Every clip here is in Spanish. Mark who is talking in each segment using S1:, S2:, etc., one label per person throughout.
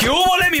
S1: ¿Qué hubo, mi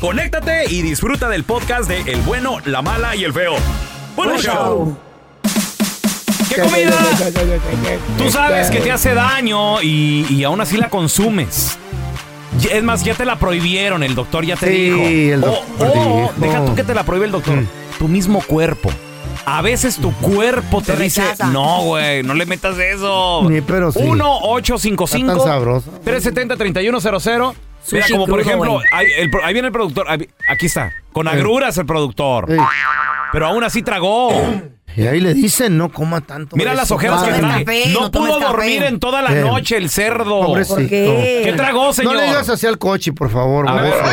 S1: conéctate y disfruta del podcast de El bueno, la mala y el feo. Bueno, show. ¿Qué comida?
S2: Este-
S1: Tú sabes que te hace daño y, y aún así la consumes. Y- Es más, ya te la prohibieron, el doctor ya te
S2: Sí,
S1: dijo.
S2: el
S1: O-
S2: doctor
S1: o,
S2: dijo.
S1: deja tú que te la prohíbe el
S3: Mm.
S1: doctor. Tu mismo cuerpo. A veces tu cuerpo te,
S3: Te
S1: dice,
S3: rechaza.
S1: no, güey, no le metas eso.
S2: Ni, pero sí.
S1: 1-855
S2: Está tan sabroso.
S1: 370-3100. Mira,
S3: Sushi
S1: como por
S3: crudo,
S1: ejemplo,
S3: güey.
S1: ahí, el pro- ahí viene el productor. ahí vi- Aquí está. Con agruras el productor.
S2: Ey,
S1: Pero aún así tragó.
S2: Y ahí le dicen, no coma tanto.
S1: Mira
S2: eso,
S1: las ojeras que
S2: padre.
S3: tomes
S1: trae.
S3: café,
S1: no,
S3: no tomes
S1: pudo
S3: café.
S1: dormir en toda la
S2: Eh.
S1: noche el cerdo.
S2: Pobrecito.
S3: ¿Por qué?
S1: ¿Qué tragó, señor?
S2: No le digas así al coche, por favor.
S1: A ver,
S2: baboso.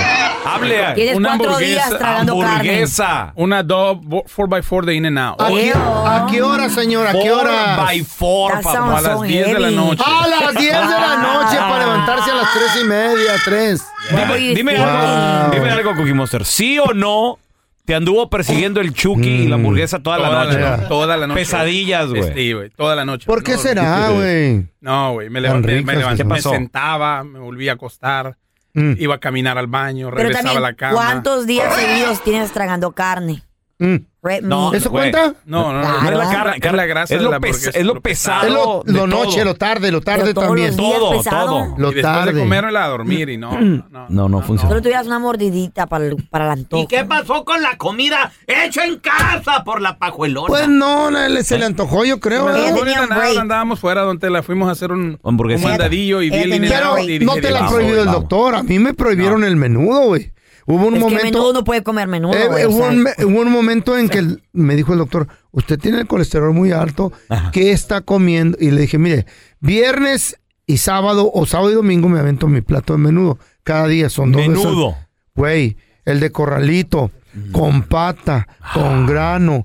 S1: hable.
S3: Tienes
S4: Una
S3: cuatro días
S4: hamburguesa,
S3: tragando carne.
S1: Hamburguesa.
S4: Una Dove bo- 4x4 de In-N-Out.
S2: ¿A qué,
S3: Eo.
S2: a qué hora, señor? ¿A qué
S1: Four
S2: hora?
S1: by four,
S3: That
S1: papá.
S3: sounds
S4: a las
S3: so
S4: 10 de la
S3: heavy.
S4: noche.
S2: A las 10 de la noche para levantarse a las 3 y media, 3.
S1: Dime,
S3: Oye,
S1: dime
S3: wow.
S1: algo, dime algo, Cookie Monster. ¿Sí o no te anduvo persiguiendo el Chucky y la
S2: Mm.
S1: hamburguesa toda,
S4: Toda
S1: la noche?
S4: la noche. Toda la noche.
S1: Pesadillas, güey.
S4: Sí, güey. Toda la noche.
S2: ¿Por qué
S4: No,
S2: será, güey?
S4: No, güey. Me
S2: Tan
S4: levanté,
S2: ricas
S4: me, levanté,
S2: que
S4: me
S1: son.
S4: sentaba, me volví a acostar,
S2: Mm.
S4: iba a caminar al baño,
S3: Pero
S4: regresaba
S3: también,
S4: a la cama.
S3: ¿cuántos días seguidos tienes tragando carne?
S2: Mm.
S3: Red
S1: No,
S3: meat.
S2: ¿Eso
S1: Güey.
S2: cuenta?
S4: No, no, no.
S3: Claro.
S1: No es la
S4: carne,
S1: carne,
S4: es la grasa
S1: es
S4: de
S1: lo
S4: la
S1: pes-
S4: hamburguesa,
S1: es lo
S4: lo
S1: pesado.
S4: pesado.
S2: Es lo,
S1: de
S2: lo
S1: todo.
S2: noche, lo tarde, lo tarde
S3: Pero todos
S2: también.
S3: los días
S1: Todo,
S3: pesado.
S1: todo.
S2: Lo
S4: y después
S2: tarde.
S4: de comerla a dormir y no. No,
S1: No, no funciona.
S3: Solo tuvieras una mordidita para el, para el antojo.
S1: pasó con la comida hecha en casa por la pajuelona?
S2: Pues no, no, le- se le antojó, yo creo.
S4: No,
S2: ¿verdad?
S3: tenía
S4: pues, no, no,
S3: un
S4: nada,
S3: break.
S4: andábamos fuera, don Tela. Fuimos a hacer un,
S1: Hamburguesita.
S4: un mandadillo y vi
S3: Ella
S4: el
S3: tenía
S4: dinero
S2: Eh, Pero
S3: break.
S4: y
S2: no
S4: dije,
S2: te la ha
S4: vamos,
S2: prohibido el
S4: vamos.
S2: doctor. A mí me prohibieron el menudo, güey. Hubo un
S3: es que menudo
S2: momento.
S3: no puede comer menudo.
S2: eh,
S3: güey, o
S2: hubo,
S3: sea,
S2: un, me- hubo un momento en que el- me dijo el doctor, usted tiene el colesterol muy alto, ¿qué está comiendo? Y le dije, mire, viernes y sábado o sábado y domingo me avento mi plato de menudo. Cada día son dos veces.
S1: Menudo.
S2: Güey, el de corralito, con pata, con grano,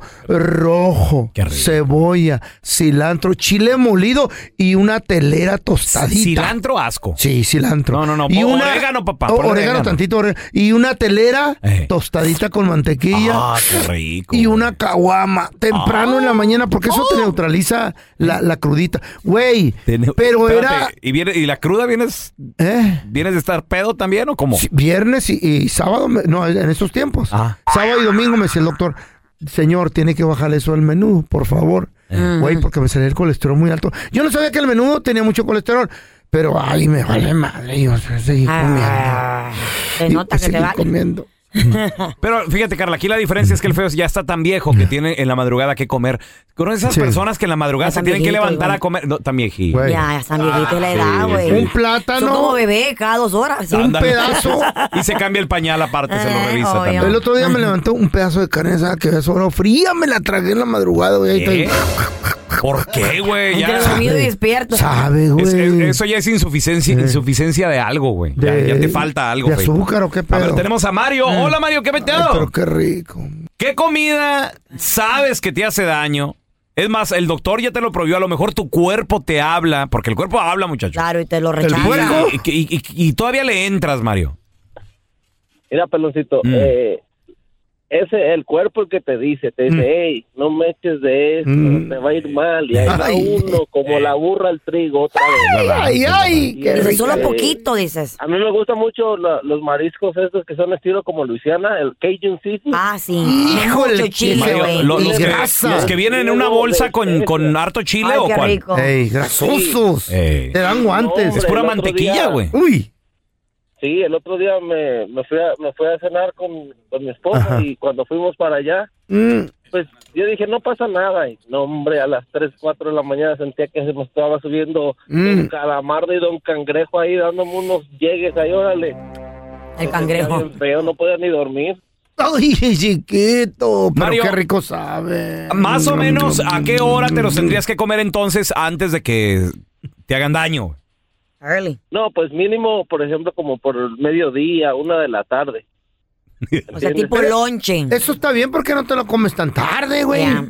S2: rojo,
S1: Qué rico.
S2: cebolla, cilantro, chile molido y una telera tostadita.
S1: Cilantro asco.
S2: Sí, cilantro.
S1: No, no, no,
S2: Y
S1: po- orégano, papá,
S2: o-
S1: pon
S2: orégano,
S1: orégano.
S2: tantito. orégano. Y una telera
S1: Eh.
S2: tostadita con mantequilla.
S1: Ah, qué rico. Ah. Oh.
S2: Y una caguama temprano en la mañana, porque eso te neutraliza la, la crudita. Güey,
S1: Tene-
S2: pero era.
S1: Espérate, ¿Y, viene- y la cruda vienes,
S2: ¿eh?
S1: vienes de estar pedo también o cómo?
S2: Sí, Viernes y, y sábado, me- no, en estos tiempos.
S1: Ah.
S2: Sábado y domingo me decía el doctor, señor, tiene que bajar eso al menú, por favor.
S1: Eh.
S2: Güey, porque me salía el colesterol muy alto. Yo no sabía que el menú tenía mucho colesterol, pero ay, me vale madre, yo seguí comiendo.
S3: ah, se
S2: Y
S3: nota que
S2: seguí
S3: te va.
S2: comiendo.
S1: Pero fíjate, Carla, aquí la diferencia es que el feo ya está tan viejo que tiene en la madrugada que comer. Con esas
S2: Sí.
S1: personas que en la madrugada
S3: Ya
S1: se
S3: están
S1: tienen que
S3: viejitos,
S1: levantar
S3: güey.
S1: a comer. No, tan viejito.
S2: Güey.
S3: Ya, ya están viejitos de la
S1: Ah,
S3: edad,
S1: sí,
S3: güey.
S1: sí.
S2: Un plátano.
S3: Son como bebé cada dos horas.
S2: Un
S1: Ándale.
S2: pedazo.
S1: Y se cambia el pañal aparte, se lo
S3: Eh,
S1: revisa
S3: obvio.
S1: también.
S2: El otro día me levantó un pedazo de carne asada que había sobrado fría, me la tragué en la madrugada, güey. Ahí
S1: ¿Qué?
S2: está ahí.
S1: ¿Por qué, güey? Ya-
S3: Entre dormido y despierto.
S2: ¿Sabe, güey?
S1: Es- es- eso ya es insuficiencia, insuficiencia de algo, güey. Ya,
S2: De-
S1: ya te falta algo,
S2: ¿De
S1: güey.
S2: azúcar o qué
S1: A ver,
S2: pedo? Ah.
S1: tenemos a Mario. Hola, Mario, ¿qué
S2: Ay,
S1: metido?
S2: pero qué rico.
S1: ¿Qué comida sabes que te hace daño? Es más, el doctor ya te lo prohibió. A lo mejor tu cuerpo te habla, porque el cuerpo habla, muchacho.
S3: Claro, y te lo
S1: Y-
S3: rechaza.
S2: puerco?
S1: Y, y- y- y todavía le entras, Mario.
S5: Mira, peloncito,
S1: Mm.
S5: eh, ese el cuerpo el que te dice, te dice, hey, no me eches de esto,
S2: Mm.
S5: te va a ir mal. Y ahí va
S2: Ay.
S5: uno como la burra al trigo otra vez.
S2: Ay, ay, qué
S3: Dices,
S2: rico.
S3: solo
S5: eh.
S3: poquito, dices.
S5: A mí me gustan mucho la- los mariscos estos que son estilo como Luisiana, el Cajun Seafood.
S3: Ah, sí.
S2: Híjole,
S3: Mucho chile,
S2: Mario,
S3: güey.
S1: lo-
S2: y
S1: los, que,
S2: grasa.
S1: los que vienen en una bolsa
S5: este,
S1: con, con harto chile
S3: Ay,
S1: o
S3: qué
S1: cuál.
S3: rico.
S2: Ey, grasosos.
S1: Ey.
S2: Te dan guantes.
S1: Es
S5: Hombre,
S1: pura
S5: el otro
S1: mantequilla,
S5: día-
S1: güey.
S2: Uy.
S5: Sí, el otro día me, me, fui, a, me fui a cenar con, con mi esposa
S2: Ajá.
S5: y cuando fuimos para allá,
S2: Mm.
S5: pues yo dije, no pasa nada. Y, no, hombre, a las 3, 4 de la mañana sentía que se me estaba subiendo
S2: Mm.
S5: un calamardo y don cangrejo ahí dándome unos llegues ahí, órale.
S3: El cangrejo.
S5: Bien feo, no podía ni dormir.
S2: Ay, chiquito. Pero
S1: Mario,
S2: qué rico sabe.
S1: Más o menos,
S2: mm,
S1: ¿a qué hora te los tendrías que comer entonces antes de que te hagan daño?
S3: Early.
S5: No, pues mínimo, por ejemplo, como por el mediodía, una de la tarde.
S3: O sea,
S5: ¿Entiendes?
S3: tipo lonche.
S2: Eso está bien porque no te lo comes tan tarde, güey.
S3: Ya.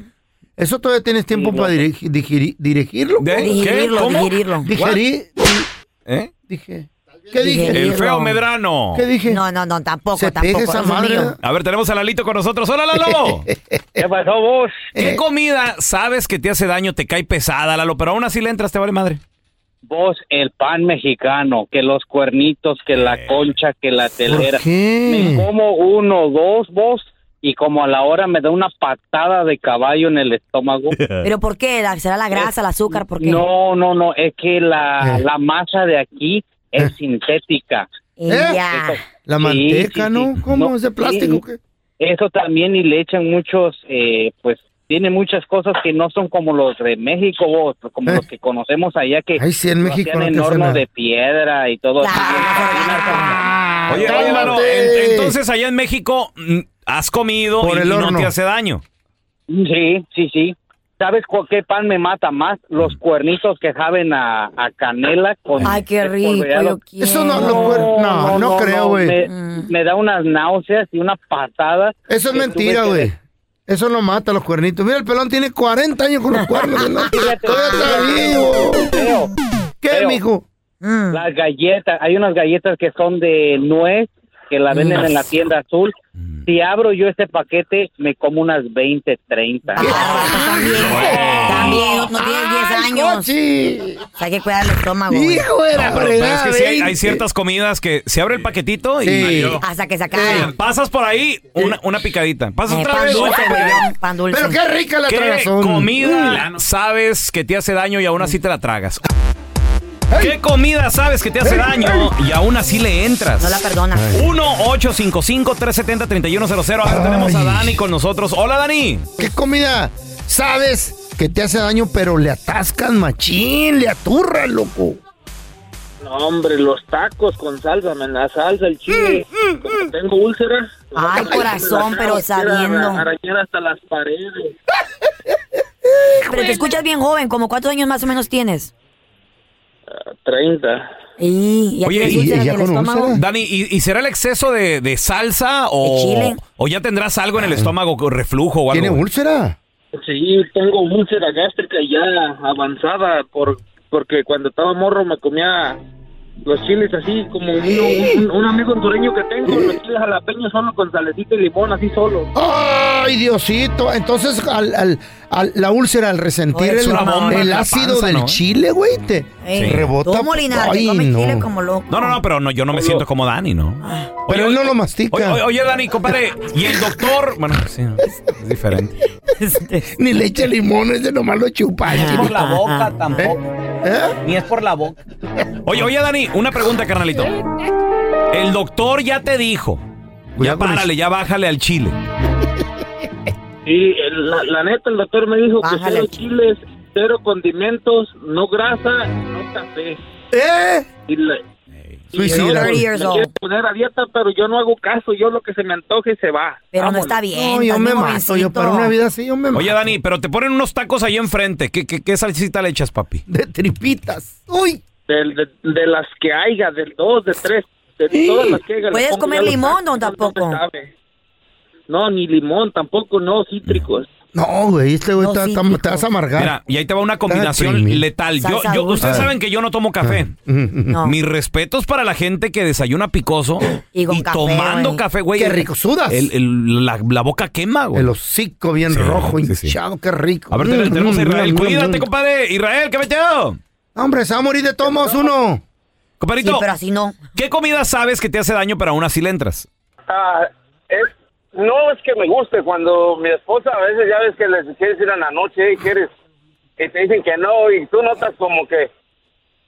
S2: Eso todavía tienes tiempo
S5: Sí, no.
S2: para dirigi- digiri- dirigirlo.
S1: ¿De-
S2: güey.
S3: Digerirlo,
S1: ¿Cómo?
S3: digerirlo.
S2: Digerí.
S1: ¿Eh?
S2: Dije. ¿Qué dije?
S3: Digerir.
S1: El feo Medrano.
S2: ¿Qué dije?
S3: No, no, no, tampoco,
S2: Se pega
S3: tampoco.
S2: esa
S3: eso es
S2: madre.
S3: mío.
S1: A ver, tenemos a Lalito con nosotros. ¡Hola, Lalo!
S5: ¿Qué pasó vos?
S2: Eh.
S1: ¿Qué comida sabes que te hace daño, te cae pesada, Lalo? Pero aún así le entras, te vale madre.
S5: Vos, el pan mexicano, que los cuernitos, que la concha, que la telera.
S2: ¿Por qué?
S5: Como uno, dos, vos, y como a la hora me da una patada de caballo en el estómago.
S3: ¿Pero por qué? La- ¿Será la grasa, el azúcar? ¿Por qué?
S5: No, no, no, es que la,
S2: Eh.
S5: la masa de aquí es sintética.
S3: Y
S2: ¿Eh?
S3: ya.
S2: La
S5: Sí,
S2: manteca,
S5: sí,
S2: ¿no?
S5: sí.
S2: ¿Cómo?
S5: No,
S2: ¿Es de plástico?
S5: sí.
S2: o qué?
S5: Eso también y le echan muchos, eh, pues tiene muchas cosas que no son como los de México, vos, como
S2: Eh.
S5: los que conocemos allá que
S2: Ay, sí, en
S5: lo
S2: México
S5: hacían
S2: no
S5: en
S2: te hacen
S5: horno
S2: nada.
S5: de piedra y todo. así.
S2: Ah,
S1: Oye, oye,
S2: cálmate.
S1: Lalo, en- entonces allá en México mm, has comido
S2: Por
S1: y,
S2: el
S1: y
S2: horno.
S1: no te hace daño.
S5: Sí, sí, sí. ¿Sabes con qué pan me mata más?
S2: Mm.
S5: Los cuernitos que saben a, a canela con este
S3: Ay, qué rico,
S5: espolvoreado.
S3: yo quiero.
S2: Eso no lo puedo- No, no creo, güey.
S5: Me,
S3: Mm.
S5: me da unas náuseas y una patada.
S2: Eso es
S5: que
S2: mentira,
S5: tuve que
S2: güey. Eso lo mata los cuernitos. Mira, el pelón tiene 40 años con los cuernos. ¿no? Todavía está vivo.
S5: Feo.
S2: ¿Qué,
S5: Pero-
S2: mijo?
S3: Mm.
S5: Las galletas, hay unas galletas que son de nuez, que la venden
S2: Mm.
S5: en la tienda azul. Si abro yo este paquete, me como unas 20, 30.
S3: Ah, pues también, también, no, no tienes 10
S2: Ay,
S3: años.
S2: cochi.
S3: O sea, hay que cuidar el estómago. güey.
S2: Hijo de la
S1: Pero, pero es
S2: fregada,
S1: que sí hay,
S2: veinte.
S1: hay ciertas comidas que se abre el paquetito y
S2: Sí.
S3: Hasta que se acabe.
S1: pasas por ahí una, una picadita. Pasas
S3: Eh,
S1: otra
S3: pan
S1: vez.
S3: dulce,
S1: otra
S3: güey,
S1: picadita.
S3: yo, pan dulce.
S2: Pero qué rica la
S1: ¿Qué
S2: tragazón.
S1: comida sabes que te hace daño y aún así te la tragas? ¿Qué comida sabes que te hace daño y aún así le entras?
S3: No la perdona.
S1: 1-855-370-3100. A ver, tenemos a
S2: Ay.
S1: Dani con nosotros. Hola, Dani.
S2: ¿Qué comida sabes que te hace daño, pero le atascan machín, le aturra, loco?
S5: No, hombre, los tacos con salsa, man, la salsa, el chile. Como tengo úlceras.
S3: Ay, corazón, pero sabiendo.
S5: Arañar hasta las paredes.
S3: Pero te escuchas bien joven, como cuántos años más o menos tienes.
S5: 30.
S3: Y ya
S1: Oye,
S3: tienes
S1: y-
S3: úlceras
S2: y ya
S3: en el
S2: con
S3: estómago.
S2: úlceras.
S1: Dani, ¿y, y será el exceso de, de salsa
S3: De
S1: o,
S3: chile.
S1: o ya tendrás algo en el estómago, con reflujo o algo?
S2: ¿Tiene úlcera?
S5: Sí, tengo úlcera gástrica ya avanzada por porque cuando estaba morro me comía los chiles así como uno- un, un amigo hondureño que tengo, los chiles jalapeños solo con salecita y limón así solo.
S2: ¡Ay, Diosito! Entonces, al, al- al- la úlcera, al resentir
S3: Oye, es
S2: el,
S3: una bomba
S2: el
S1: en la
S2: ácido
S1: panza,
S2: del
S1: ¿no?
S2: chile, güey, te
S3: Ey,
S2: rebota.
S3: Tú, Molinar, que
S2: Ay,
S3: comes
S2: no.
S3: chile como loco.
S1: No, no, no, pero no, yo no me siento como Dani, ¿no?
S2: ah, Pero él no lo mastica.
S1: Oye, oye, oye, Dani, compadre, y el doctor. Bueno, sí, es es diferente.
S3: Este,
S2: Ni le echa limón, ese nomás lo chupa.
S3: por la boca
S2: tampoco. ¿Eh?
S1: Ni es por la boca. Oye, oye, Dani, una pregunta, carnalito. El doctor ya te dijo Ya párale, ya bájale al chile.
S6: Y el- la, la neta, el doctor me dijo que
S1: Bájale
S6: cero
S1: al
S6: chiles, cero condimentos, no grasa, no café.
S2: ¿Eh?
S6: Y la, y
S3: Suicida.
S6: yo, pues,
S3: Thirty years
S6: me
S3: old.
S6: quiere poner a dieta, pero yo no hago caso. Yo lo que se me antoje se va.
S3: Pero
S6: Vámonos.
S3: no está bien.
S2: No, yo
S3: estás
S2: me
S3: bien
S2: mato, yo para
S3: jovencito.
S2: una vida así, yo me
S1: Oye,
S2: mato.
S1: Dani, pero te ponen unos tacos ahí enfrente. ¿Qué, qué, qué salsita le echas, papi?
S2: De tripitas. Uy.
S6: Del- De, de las que haya, del dos, de tres, de todas las que haya. le
S3: Puedes
S6: pongo
S3: comer
S6: ya los
S3: limón, don,
S6: tacos,
S3: tampoco.
S6: no me sabe. No, ni limón, tampoco, no, cítricos.
S2: No, güey, este güey
S3: No,
S2: está-
S3: sí,
S2: está-
S3: hijo.
S2: te vas a amargar.
S1: Mira, y ahí te va una
S2: Está
S1: combinación
S2: creamy.
S1: letal. Yo,
S3: Salsa
S1: yo-
S3: dulce.
S1: ustedes saben que yo no tomo café.
S2: Ah.
S3: No.
S1: Mis respetos para la gente que desayuna picoso y,
S3: Y con café,
S1: tomando
S3: güey.
S1: café, güey.
S2: Qué rico, sudas.
S1: El- el- la, la boca quema, güey.
S2: El hocico bien
S1: Sí,
S2: rojo,
S1: sí, sí.
S2: hinchado, qué rico.
S1: A ver, te-
S2: Mm,
S1: tenemos a
S2: mm,
S1: Israel.
S2: mm,
S1: Cuídate,
S2: mm.
S1: compadre. Israel, ¿qué metido?
S2: Hombre, se va a morir de tomos uno.
S3: Sí,
S1: Compadrito,
S3: pero así no.
S1: ¿qué comida sabes que te hace daño pero aún así le entras?
S6: Ah, es, no es que me guste. Cuando mi esposa a veces ya ves que les quieres ir a la noche y quieres que te dicen que no y tú notas como que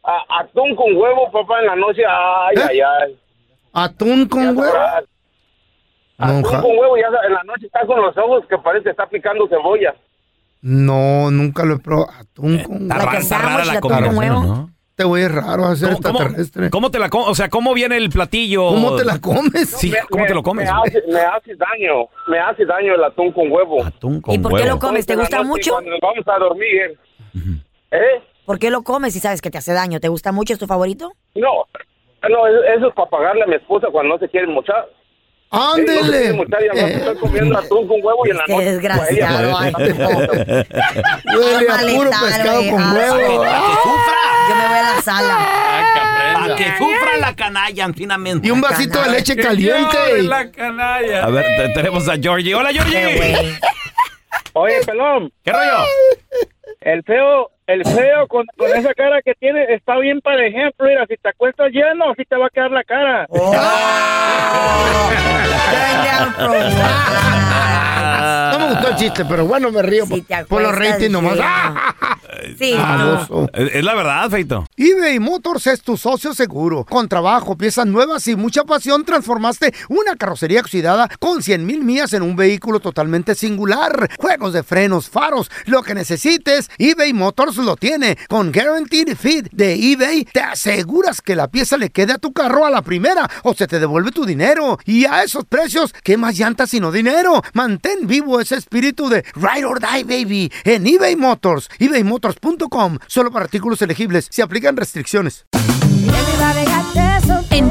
S6: ah, atún con huevo, papá, en la noche. Ay,
S2: ¿Eh?
S6: ay, ay.
S2: Atún
S6: Ya
S2: con huevo.
S6: sabrás. Atún
S2: Monja.
S6: con huevo ya sa- en la noche está con los ojos que parece que está picando cebolla.
S2: No, nunca lo he probado. Atún con
S1: Eh,
S2: huevo.
S1: Está, rara, está
S3: sándwich, la
S1: rara la
S3: atún con
S1: combinación,
S3: huevo.
S1: ¿no?
S2: Este güey es raro a ser
S1: ¿Cómo, cómo-
S2: extraterrestre. ¿Cómo,
S1: cómo te la comes? O sea, ¿cómo viene el platillo?
S2: te la comes?
S1: Sí, ¿cómo
S6: Me-
S1: te lo comes?
S6: Me hace, me hace daño, me hace daño el atún con huevo.
S1: Atún
S3: ¿Y por qué lo comes? ¿Te
S6: En la
S3: gusta
S6: noche
S3: mucho?
S6: Cuando nos vamos a dormir. ¿Eh?
S3: ¿Por qué lo comes si sabes que te hace daño? ¿Te gusta mucho? ¿Es tu favorito?
S6: No, no, eso- eso es para pagarle a mi esposa cuando no se quieren mochar. No se
S2: Ándele.
S6: quieren mochar y al rato estoy
S2: Eh,
S6: comiendo atún con huevo y en la
S3: Este
S6: noche. pues,
S3: desgraciado. ay, no.
S2: Huele a
S3: Ándale,
S2: puro
S3: dale,
S2: pescado con
S3: ándale.
S2: huevo.
S1: ¡Para que sufra!
S3: Ah, Yo me voy a la sala.
S1: ¡Para que sufra la canalla, antinamente!
S2: Y un vasito de leche caliente.
S1: A ver, te- tenemos a Georgie. ¡Hola,
S3: Qué
S1: Georgie!
S3: güey.
S6: Oye, pelón,
S1: ¿Qué rollo?
S6: el feo, el feo con, con esa cara que tiene está bien para ejemplo. Mira, si te acuestas lleno, así te va a quedar la cara.
S2: Oh.
S3: Vengan probar.
S2: No me
S1: Ah.
S2: gustó el chiste, pero bueno, me río.
S3: Si te
S2: por los
S3: acuestas
S2: ratings nomás.
S3: lleno.
S2: ¡Ah!
S3: Sí,
S1: Ah,
S3: no.
S2: Baboso.
S1: Es es la verdad, Feito.
S2: eBay Motors es tu socio seguro. Con trabajo, piezas nuevas y mucha pasión, transformaste una carrocería oxidada con 100.000 mil millas en un vehículo totalmente singular. Juegos de frenos, faros, lo que necesites, eBay Motors lo tiene. Con Guaranteed Fit de eBay, te aseguras que la pieza le quede a tu carro a la primera o se te devuelve tu dinero. Y a esos precios, ¿qué más llantas sino dinero? Mantén vivo ese espíritu de Ride or Die, baby, en eBay Motors. ebaymotors.com. Solo para artículos elegibles. Se aplican restricciones.
S7: En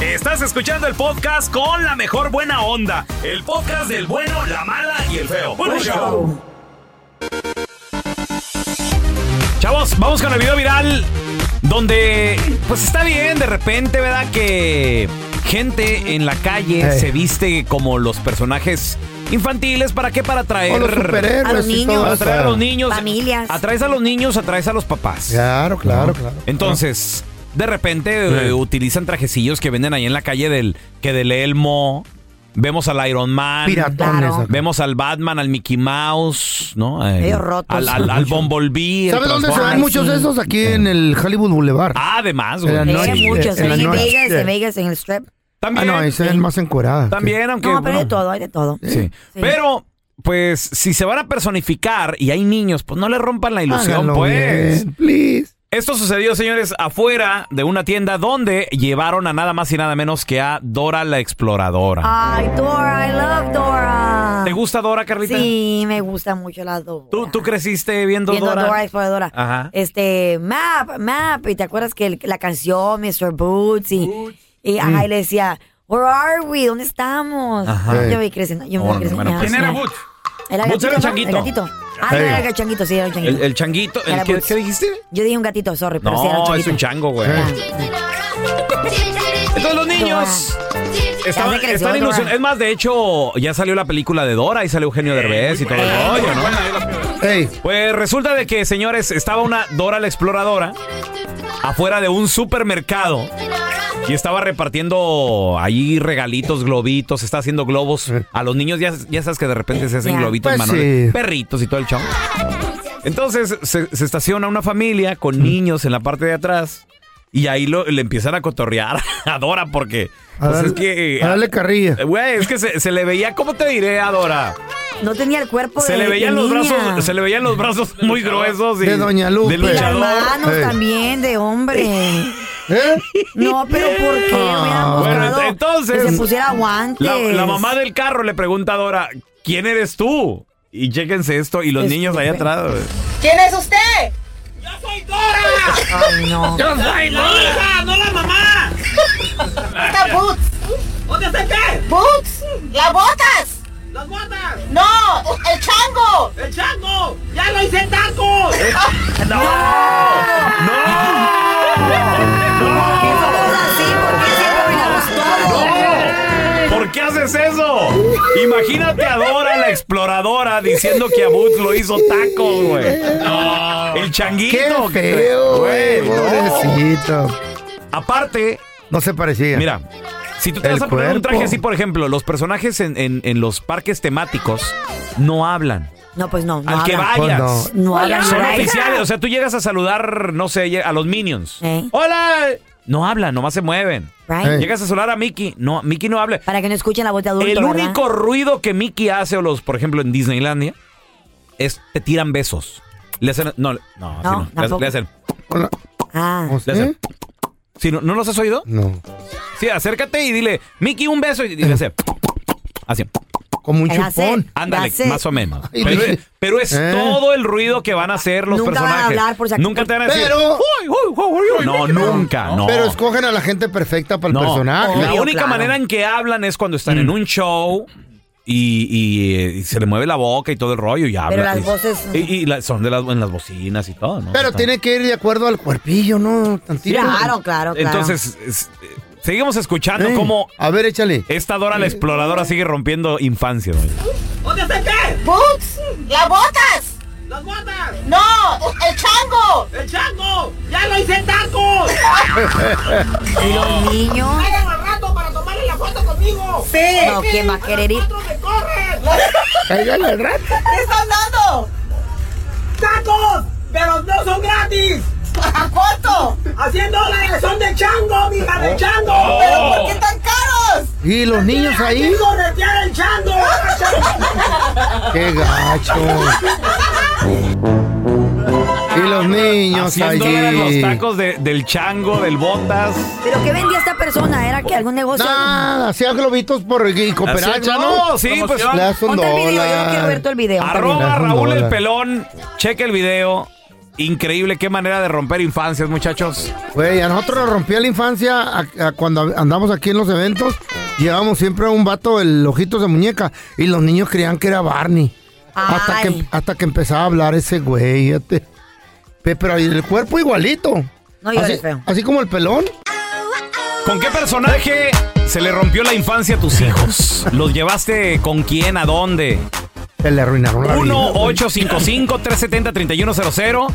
S1: Estás escuchando el podcast con la mejor buena onda. El podcast del bueno, la mala y el feo. Bueno, show. Chavos, vamos con el video viral donde, pues está bien de repente, ¿verdad? Que gente en la calle
S2: Ey.
S1: se viste como los personajes infantiles. ¿Para qué? Para atraer...
S2: O los superhéroes
S3: A los
S2: y
S3: niños.
S2: todo
S1: Para
S2: eso.
S1: atraer a los niños.
S3: Familias.
S1: Atraes a los niños, atraes a los papás.
S2: Claro, Ah, claro, claro.
S1: Entonces, de repente eh, utilizan trajecillos que venden ahí en la calle del que del Elmo. Vemos al Iron Man.
S2: piratones.
S3: Claro.
S2: acá.
S1: Vemos al Batman, al Mickey Mouse, ¿no? Eh,
S3: Medio rotos.
S1: Al, al, al Bumblebee. el
S2: ¿Sabes dónde se ven
S1: Transformers.
S2: muchos de esos? Aquí en el Hollywood Boulevard.
S1: Ah, además,
S2: En la
S1: güey.
S2: noche.
S3: Hay
S2: Sí,
S3: muchos. ¿eh?
S2: en la
S3: En
S2: noche.
S3: Vegas, en Vegas, en el strip.
S2: Ah,
S1: También,
S2: no, ahí se ven más encueradas.
S1: también, aunque...
S3: No, pero hay de
S1: bueno,
S3: todo, hay de todo.
S1: sí. Pero, pues, si se van a personificar y hay niños, pues no le rompan la ilusión,
S2: Háganlo
S1: pues.
S2: bien, please.
S1: Esto sucedió, señores, afuera de una tienda donde llevaron a nada más y nada menos que a Dora la Exploradora.
S3: Ay, Dora, I love Dora.
S1: ¿Te gusta Dora, Carlita?
S3: Ah. Sí, me gusta mucho la Dora.
S1: ¿Tú, tú creciste viendo,
S3: Viendo
S1: Dora?
S3: Dora, Exploradora.
S1: Ajá.
S3: Este, Map, Map. Y te acuerdas que el- la canción, Mr. Boots. Y, y ajá, y le decía, Where are we? ¿Dónde estamos?
S1: Mm. Ajá.
S3: Yo voy creciendo. Yo voy
S1: Órale,
S3: creciendo.
S1: bueno,
S3: ya,
S1: pues.
S8: ¿Quién
S3: sí,
S8: era
S3: ya.
S8: Butch?
S3: El
S1: Boots
S3: gatito.
S1: era el
S3: ¿no?
S1: changuito.
S3: El gatito. Ah, no,
S2: Hey.
S3: era el changuito, sí, era el changuito.
S1: El, el changuito, el
S3: Era
S1: que,
S3: Boots.
S1: ¿qué dijiste?
S3: Yo dije un gatito, sorry, pero sí era el
S1: No, es
S3: changuito.
S1: un chango, güey.
S2: Eh.
S1: Entonces los niños Estaba-
S3: creció
S1: están
S3: otro,
S1: ilusion-
S3: ¿verdad?
S1: Es más, de hecho, ya salió la película de Dora y salió Eugenio Derbez y todo el
S3: buena.
S1: rollo, ¿no? Pues resulta de que, señores, estaba una Dora la exploradora afuera de un supermercado y estaba repartiendo ahí regalitos, globitos, está haciendo globos a los niños. Ya, ya sabes que de repente se hacen
S9: Ya.
S1: globitos,
S9: Pues
S1: Manuel,
S9: sí.
S1: perritos y todo el chavo. Entonces se, se estaciona una familia con niños en la parte de atrás y ahí lo- le empiezan a cotorrear a Dora porque
S2: A
S1: pues
S2: dar-
S1: es que
S2: a darle carrilla.
S1: eh, Güey, es que se, se le veía, ¿cómo te diré, a Dora?
S3: No tenía el cuerpo
S1: Se
S3: de
S1: le veían
S3: de
S1: los
S3: niña.
S1: brazos, se le veían los brazos muy gruesos y
S2: De Doña pues. Lupe.
S1: de
S3: Y las
S1: luchador.
S3: manos también de hombre. No, pero ¿por qué? Hubiera
S1: ¿Eh? Ah. Bueno,
S3: mostrado
S1: ent- entonces
S3: que se pusiera guantes.
S1: la, la mamá del carro le pregunta a Dora, "¿Quién eres tú?" Y chéquense esto y los niños allá atrás. güey.
S10: ¿Quién es usted?
S3: Ay, no.
S10: Yo soy
S1: La
S10: Lola.
S1: hija,
S10: no la mamá. Está Boots. ¿Dónde está qué? Boots. Las botas. Las botas. No, el chango. El chango. Ya lo hice tacos.
S1: no. ¿Por qué haces eso? Imagínate a Dora la exploradora diciendo que a Boots lo hizo taco, güey. El changuito.
S2: Qué feo,
S1: güey,
S2: güey,
S1: no.
S2: pobrecito.
S1: Aparte,
S2: No se parecía.
S1: Mira, si tú te
S2: El
S1: vas a poner un
S2: cuerpo.
S1: traje así, por ejemplo, los personajes en, en- en los parques temáticos no hablan.
S3: No, pues no. no
S1: Al que
S3: hablan.
S1: vayas.
S3: Pues No, no hablan.
S1: Son
S3: ¿verdad?
S1: oficiales. O sea, tú llegas a saludar, no sé, a los minions. ¡Hola! No hablan, nomás se mueven.
S3: Right.
S1: Llegas a saludar a Mickey. No, Mickey no habla.
S3: Para que no escuchen la voz de adulto,
S1: El
S3: ¿verdad?
S1: único ruido que Mickey hace, o los, por ejemplo, en Disneylandia, es te tiran besos. Le hacen. No, no, así no. Le hacen-
S3: tampoco.
S1: Le hacen.
S3: Ah.
S1: Le hacen- Sí, ¿no, ¿No los has oído?
S2: No.
S1: Sí, acércate y dile, Mickey, un beso. Y y le hace. Así.
S2: Como
S3: un Le hace- chupón.
S1: Ándale,
S3: le hace-
S1: más o menos.
S2: Ay,
S1: Pero,
S2: dije-
S1: pero es
S2: ¿Eh?
S1: todo el ruido que van a hacer los
S2: Nunca van a
S1: personajes.
S2: hablar, por si acaso.
S1: Nunca te van a decir.
S2: Pero-
S1: "Uy, uy, uy, uy, uy". No, nunca, no.
S2: Pero escogen a la gente perfecta para el
S1: No.
S2: personaje.
S1: La única manera en que hablan es cuando están
S2: Mm.
S1: en un show y, y, eh, y se le mueve la boca y todo el rollo y hablan.
S2: las
S1: Y-
S2: voces-
S1: Y, y la- son de las, en las bocinas y todo, ¿no?
S2: Pero
S1: Está-
S2: tiene que ir de acuerdo al cuerpillo, ¿no? Tantito.
S3: Claro, claro, claro.
S1: Entonces, es- eh, seguimos escuchando
S2: Eh,
S1: cómo.
S2: A ver, échale.
S1: Esta Dora la exploradora sigue rompiendo infancia, doña.
S10: ¿Dónde está qué? Boots. Las botas. Las botas. No, el chango. El chango. Ya lo hice tacos.
S3: Y los niños.
S10: Vayan al rato para tomarle la foto conmigo.
S3: Sí. No, ¿quién va a querer ir?
S10: ¡Me corren!
S2: Vayan al rato.
S10: ¿Qué están dando? ¡Tacos! ¡Pero no son gratis! ¿A cuánto? A 100 dólares, son de chango, mija, de chango. ¡Oh! ¿Pero por qué tan caros?
S2: ¿Y los niños ahí?
S10: ¡Hay que corretear el chango!
S2: ¡Qué gacho! Y los niños
S1: Haciendo
S2: allí.
S1: los tacos de- del chango, del botas.
S3: ¿Pero qué vendía esta persona? ¿Era que algún negocio?
S2: Nada, hacía globitos por y cooperacha,
S1: Hacía-
S2: ¿no?
S1: no, sí, pues-
S2: Le das un
S1: Ponte el video, yo
S2: dólar.
S3: Quiero ver todo el video.
S1: Arroba
S2: bien.
S1: Raúl el
S2: Dólar.
S1: pelón. Cheque el video. Increíble, qué manera de romper infancias, muchachos.
S2: Güey, a nosotros nos rompía la infancia a- a cuando andamos aquí en los eventos. Llevábamos siempre a un vato el ojitos de muñeca y los niños creían que era Barney. Hasta que, hasta que empezaba a hablar ese güey. fíjate. Pe- Pero el cuerpo igualito.
S3: No, yo
S2: así, así como el pelón.
S1: ¿Con qué personaje se le rompió la infancia a tus hijos? ¿Los llevaste con quién? ¿A dónde?
S2: Se le arruinaron la vida.
S1: 1-855-370-3100.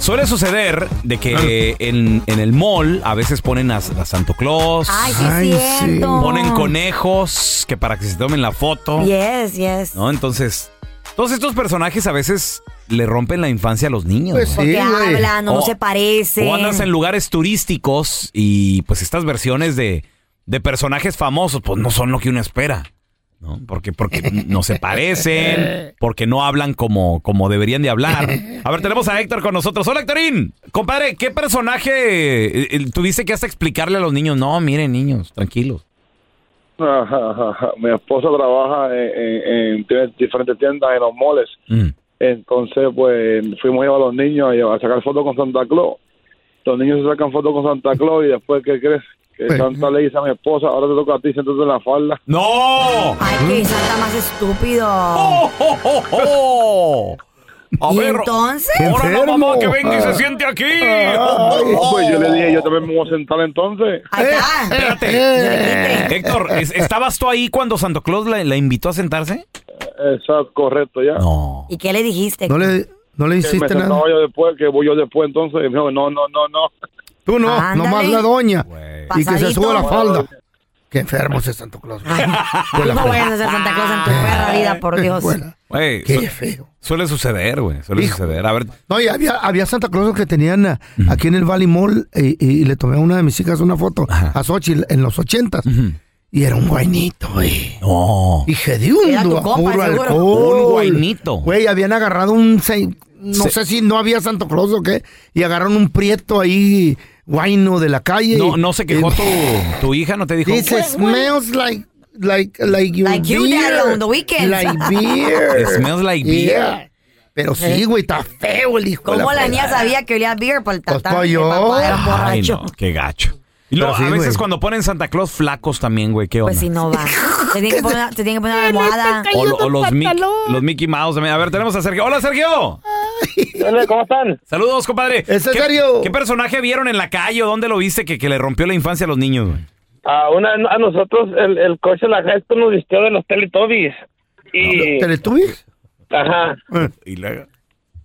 S1: Suele suceder de que en, en el mall a veces ponen a, a Santo Claus.
S3: Ay, sí, es Ay, sí. cierto.
S1: Ponen conejos que para que se tomen la foto.
S3: Yes, yes.
S1: ¿No? Entonces, todos estos personajes a veces le rompen la infancia a los niños.
S2: Pues
S1: ¿no?
S3: Porque hablan, no,
S1: O-
S3: se parecen.
S1: Oh. O andas en lugares turísticos y pues estas versiones de, de personajes famosos pues no son lo que uno espera. ¿no? Porque, porque no se parecen, porque no hablan como, como deberían de hablar. A ver, tenemos a Héctor con nosotros. Hola, Héctorín. Compadre, ¿qué personaje eh, eh, tuviste que hasta explicarle a los niños? No, miren, niños, tranquilos.
S11: Ajá, ajá, ajá. Mi esposa trabaja en, en- en- tiene diferentes tiendas en los moles.
S1: Mm.
S11: Entonces, pues fuimos a llevar a los niños a, llevar- a sacar fotos con Santa Claus. Los niños se sacan fotos con Santa Claus y después, ¿qué crees? Que
S1: Pues, mm.
S11: Santa le dice a mi esposa, ahora te toca a ti, siéntate en la falda.
S1: ¡No!
S2: Mm.
S1: Oh,
S3: Ay, qué santa más estúpido.
S1: A
S3: ¿Y
S1: ver,
S3: entonces?
S1: ahora la mamá que venga y se ¡Oh! siente aquí.
S11: No, Ah. pues yo le dije, yo también me voy a sentar entonces.
S2: Eh,
S1: Espérate. Héctor, ¿es- ¿estabas tú ahí cuando Santo Claus la, la invitó a sentarse?
S11: Exacto, correcto, ya.
S1: No.
S3: ¿Y qué le dijiste?
S2: Eh, no le
S11: me
S2: hiciste
S11: sentaba
S2: nada.
S11: yo después, que voy yo después entonces. Y me dijo, no, no, no, no.
S2: Tú no, nomás la doña. Y que se
S11: Pasadito.
S2: sube la falda. Qué enfermo ese Santo Claus. Pues la
S3: no
S2: fregada.
S3: vayas a hacer Santa Claus en tu perra vida, por Dios.
S1: Güey,
S2: Qué
S1: su- Suele suceder, güey. Suele suceder. A ver,
S2: No, y había, había Santa Claus que tenían ah, aquí en el Valley Mall y, y le tomé a una de mis hijas una foto a Xochitl en los ochentas. Y era un guainito, güey.
S1: No.
S2: Y
S1: Era tu
S2: hediondo, a
S1: compa,
S2: puro
S1: seguro.
S2: alcohol.
S1: Un guainito.
S2: Güey, habían agarrado un... se- No
S1: Se-
S2: sé si no había Santo Claus o qué. Y agarraron un prieto ahí, guaino de la calle.
S1: no,
S2: y-
S1: no se quejó
S2: y-
S1: tu, tu hija, no te dijo. "Pues,
S2: Dice, smells like... Like, like, your
S3: Like you,
S2: beer.
S3: Daddy, on the weekends."
S2: Like beer.
S1: It smells like beer.
S2: Yeah. Pero sí, güey, está feo el hijo de
S3: ¿Cómo la niña
S2: fregada.
S3: sabía que olía beer por el tatán?
S2: estoy
S3: que
S2: Pues, yo.
S3: papá era un
S1: Ay,
S3: borracho.
S1: no, qué gacho. Y luego,
S2: Pero sí,
S1: a veces
S2: güey.
S1: cuando ponen Santa Claus flacos también, güey, qué onda.
S3: Pues si no va. Te tiene que poner, una- te tiene que poner una almohada.
S1: O, lo- o los, Mickey, los Mickey Mouse también. A ver, tenemos a Sergio. ¡Hola, Sergio!
S9: ¿Cómo están?
S1: Saludos, compadre.
S9: Es
S1: ¿Qué-
S9: Sergio.
S1: ¿Qué, personaje vieron en la calle o dónde lo viste que, que le rompió la infancia a los niños, güey?
S6: Ah,
S9: A, una, a nosotros el, el coche de la high school nos vistió de los Teletubbies. Y,
S2: Ah, ¿Teletubbies?
S9: ajá,
S1: Y luego.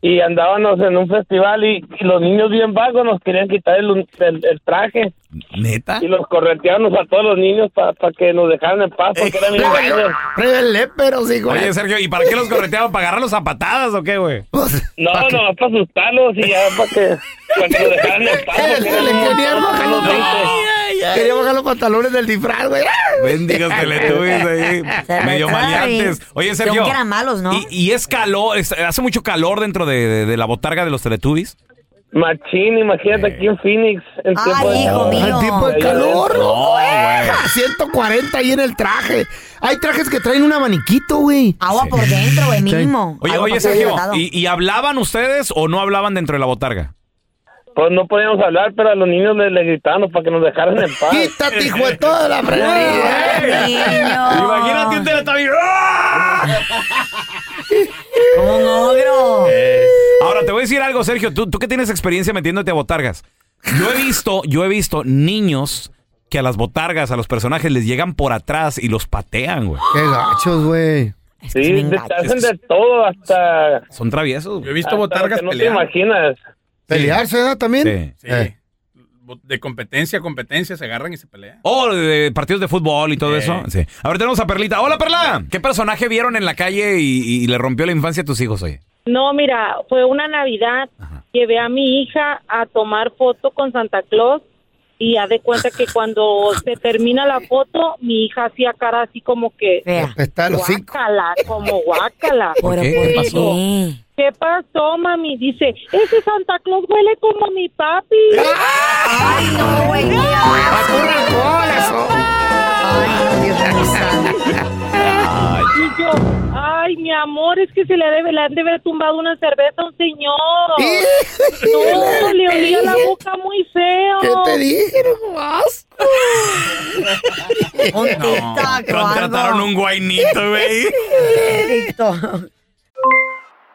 S9: y andábamos en un festival y, y los niños bien vagos nos querían quitar el, el- el traje.
S1: ¿Neta?
S9: Y los correteábamos a todos los niños para que nos dejaran en paz porque eran bien vagos.
S2: Pruébele, pero sí, güey.
S1: Oye, Sergio, ¿y para qué los correteaban? ¿Para agarrarlos a patadas o qué, güey?
S2: Pues,
S9: No, no, es para asustarlos y ya para que, para que nos dejaran en paz. porque eran bien vagos.
S2: Quería bajar los pantalones del disfraz, güey.
S1: Bendigas Teletubbies ahí. Medio maleantes. Oye, Sergio.
S3: Según que eran malos, ¿no?
S1: ¿Y, y es calor, es- hace mucho calor dentro de, de- de la botarga de los Teletubbies.
S9: Machín, imagínate aquí en Phoenix. En
S3: Ay,
S9: tiempo de-
S3: hijo mío. En tiempo de
S9: Allá
S2: calor,
S9: adentro.
S2: loco, eh. 140 ahí en el traje. Hay trajes que traen un abaniquito, güey.
S3: Agua por dentro, güey, mínimo.
S1: Oye,
S3: Algo
S1: oye,
S3: para ser
S1: Sergio,
S3: hidratado.
S1: ¿y, y hablaban ustedes o no hablaban dentro de la botarga?
S9: Pues no podíamos hablar, pero a los niños les, les gritaron para que nos dejaran en paz.
S2: ¡Quítate, hijo de toda la fregada!
S1: Imagínate un Teletubby.
S3: ¡Como un ogro!
S1: Eh, Ahora, te voy a decir algo, Sergio. Tú, tú que tienes experiencia metiéndote a botargas. Yo he visto, yo he visto niños que a las botargas, a los personajes, les llegan por atrás y los patean, güey.
S2: ¡Qué gachos, güey!
S9: Sí, te hacen de todo hasta...
S1: Son traviesos. güey.
S4: Yo he visto botargas
S9: No te
S4: pelear.
S9: imaginas.
S2: ¿Pelearse, ¿verdad, también?
S1: Sí.
S2: Eh.
S4: pues, De competencia a competencia se agarran y se pelean.
S1: Oh, de partidos de fútbol y todo eso. Sí. Ahora tenemos a Perlita. Hola, Perla. ¿Qué personaje vieron en la calle y, y le rompió la infancia a tus hijos hoy?
S12: No, mira, fue una Navidad. Llevé a mi hija a tomar foto con Santa Claus y ya de cuenta que cuando se termina la foto, mi hija hacía cara así como que...
S2: Está los cinco.
S12: Guácala, como guácala.
S2: ¿Por qué? ¿Qué pasó?
S12: ¿Qué pasó, mami? Dice, ese Santa Claus huele como mi papi. ¡Ah! ¡Ay, no, güey! Y yo, ay, mi amor, es que se le, debe, le han de haber tumbado una cerveza a un señor. No, le olía la boca muy feo.
S10: ¿Qué te dijeron?
S12: ¡Asco!
S1: Contrataron un guainito, güey.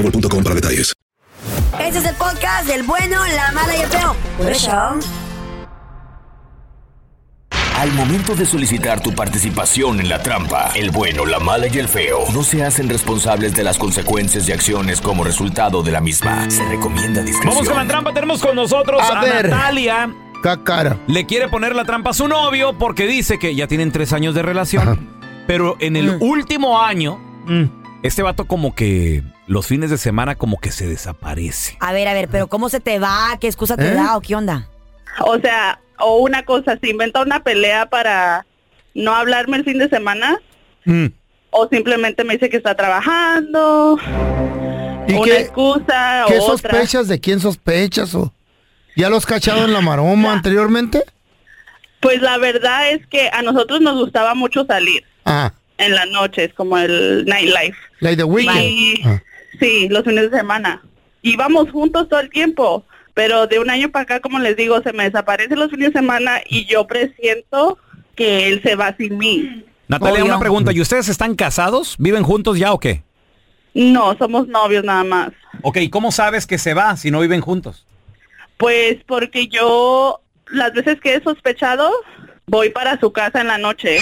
S13: Boostmobile.com para detalles.
S3: Ese es el podcast del bueno, la mala y el feo. Por eso.
S14: Al momento de solicitar tu participación en la trampa, el bueno, la mala y el feo no se hacen responsables de las consecuencias y acciones como resultado de la misma. Se recomienda discreción.
S1: Vamos con la trampa, tenemos con nosotros a,
S14: A ver.
S1: Natalia. Le quiere poner la trampa a su novio porque dice que ya tienen tres años de relación, pero en el último año, este vato como que los fines de semana como que se desaparece.
S3: A ver, a ver, pero ¿cómo se te va? ¿Qué excusa te
S1: ¿Eh?
S3: da o qué onda?
S15: O sea, o una cosa, se inventa una pelea para no hablarme el fin de semana o simplemente me dice que está trabajando.
S2: ¿Y
S15: una
S2: qué-
S15: excusa
S2: ¿Qué
S15: o otra.
S2: sospechas? ¿De quién sospechas? ¿O ¿Ya los cachado en la maroma anteriormente?
S15: Pues la verdad es que a nosotros nos gustaba mucho salir
S2: Ah,
S15: en las noches, como el nightlife.
S2: la de
S15: Y-
S2: Weekend. Ah.
S15: Sí, los fines de semana. Íbamos juntos todo el tiempo, pero de un año para acá, como les digo, se me desaparece los fines de semana y yo presiento que él se va sin mí.
S1: Natalia, una pregunta, ¿y ustedes están casados? ¿Viven juntos ya o qué?
S15: No, somos novios nada más.
S1: Ok, ¿cómo sabes que se va si no viven juntos?
S15: Pues porque yo, las veces que he sospechado, voy para su casa en la noche.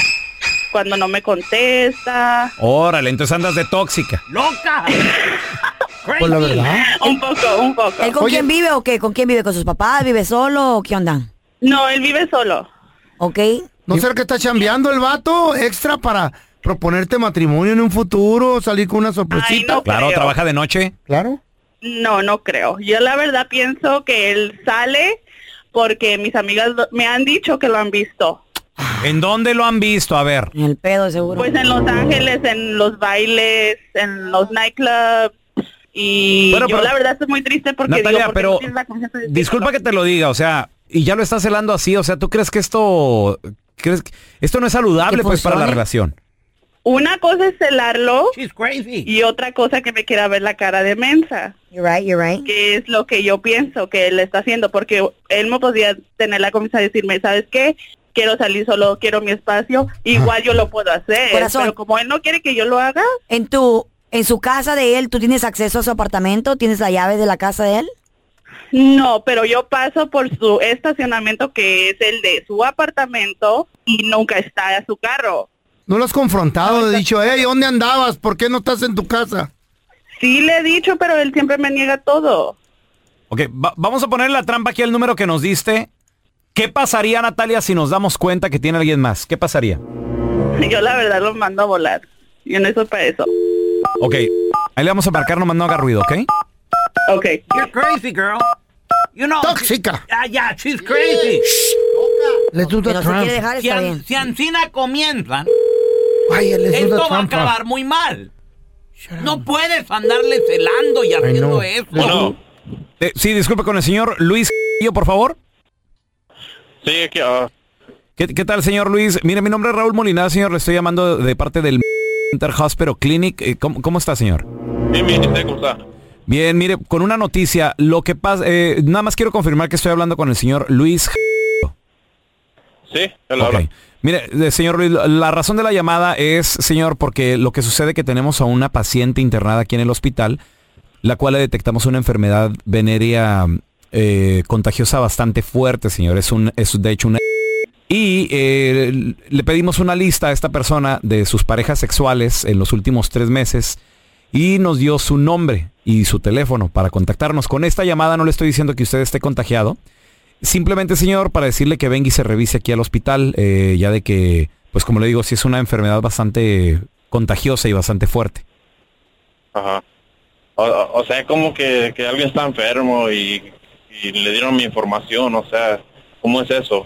S15: Cuando no me contesta.
S1: Órale, entonces andas de tóxica.
S15: ¡Loca!
S1: Pues la verdad.
S15: un poco, un poco.
S3: ¿Él con quién vive o qué? ¿Con quién vive? ¿Con sus papás? ¿Vive solo o qué onda?
S15: No, él vive solo.
S3: ¿Ok?
S2: ¿No será que está chambeando el vato extra para proponerte matrimonio en un futuro, salir con una sorpresita?
S1: claro, trabaja de noche.
S2: Claro.
S15: No, no creo. Yo la verdad pienso que él sale porque mis amigas lo- me han dicho que lo han visto.
S1: ¿En dónde lo han visto? A ver.
S3: En el pedo, seguro.
S15: Pues en Los Ángeles, en los bailes, en los nightclubs. Y
S1: Bueno,
S15: yo
S1: pero-
S15: la verdad estoy muy triste porque
S1: Natalia,
S15: digo, ¿por qué
S1: pero-
S15: no tienes la confianza de decirlo?
S1: Disculpa que te lo diga, o sea, y ya lo estás celando así, o sea, ¿tú crees que esto crees que esto no es saludable
S15: Que
S1: pues para la
S15: funcione.
S1: relación?
S15: Una cosa es celarlo y otra cosa que me quiera ver la cara de mensa.
S3: You're right, you're right.
S15: Que es lo que yo pienso que él está haciendo porque él me podría tener la confianza de decirme, ¿sabes qué? Quiero salir solo, quiero mi espacio. Igual yo lo puedo hacer,
S3: Corazón.
S15: pero como él no quiere que yo lo haga,
S3: En tu, en su casa de él, ¿tú tienes acceso a su apartamento? ¿Tienes la llave de la casa de él?
S15: No, pero yo paso por su estacionamiento que es el de su apartamento y nunca está a su carro.
S2: ¿No lo has confrontado? He dicho, hey, ¿dónde andabas? ¿Por qué no estás en tu casa?
S15: Sí le he dicho, pero él siempre me niega todo.
S1: Ok, va- vamos a poner la trampa aquí el número que nos diste. ¿Qué pasaría, Natalia, si nos damos cuenta que tiene alguien más? ¿Qué pasaría?
S15: Yo la verdad lo mando a volar. Yo no soy para eso.
S1: Ok, ahí le vamos a marcar, nomás no haga ruido, ¿ok?
S15: Ok.
S10: You're crazy, girl. You know.
S2: Tóxica.
S10: Ah, yeah, she's crazy.
S2: Let's do the
S10: Pero si
S2: Trump.
S10: quiere dejar, está Si an- bien. si
S1: Ancina comienzan,
S2: Ay, let's do the Trump.
S1: muy mal.
S10: No puedes andarle celando y haciendo eso.
S1: Eh, sí, disculpe con el señor Luis, Castillo, por favor.
S16: Sí, aquí, ah,
S1: ¿Qué, qué tal, señor Luis? Mire, mi nombre es Raúl Molinar, señor. Le estoy llamando de parte del Center Hospital Clinic. Eh, ¿Cómo, cómo está, señor?
S16: bien, bien, ¿usted cómo está?
S1: Bien, mire, con una noticia, lo que pasa, eh, nada más quiero confirmar que estoy hablando con el señor Luis.
S16: Sí,
S1: Ok.
S16: él habla.
S1: Mire, eh, señor Luis, la razón de la llamada es, señor, porque lo que sucede que tenemos a una paciente internada aquí en el hospital, la cual le detectamos una enfermedad venérea eh, contagiosa bastante fuerte, señor. Es un, es de hecho una y eh, le pedimos una lista a esta persona de sus parejas sexuales en los últimos tres meses y nos dio su nombre y su teléfono para contactarnos. Con esta llamada no le estoy diciendo que usted esté contagiado. Simplemente, señor, para decirle que venga y se revise aquí al hospital, eh, ya de que, pues como le digo, sí es una enfermedad bastante contagiosa y bastante fuerte.
S16: Ajá. O, o- o sea, es como que, que alguien está enfermo y, y le dieron mi información, o sea, ¿cómo es eso?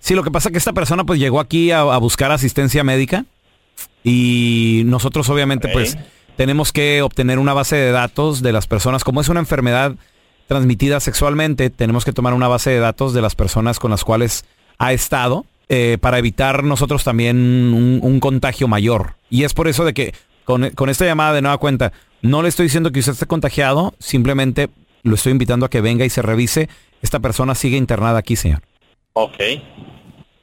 S1: Sí, lo que pasa es que esta persona pues llegó aquí a, a buscar asistencia médica y nosotros obviamente pues tenemos que obtener una base de datos de las personas. Como es una enfermedad transmitida sexualmente, tenemos que tomar una base de datos de las personas con las cuales ha estado eh, para evitar nosotros también un, un contagio mayor. Y es por eso de que con, con esta llamada de nueva cuenta, no le estoy diciendo que usted esté contagiado, simplemente lo estoy invitando a que venga y se revise. Esta persona sigue internada aquí, señor.
S16: Ok.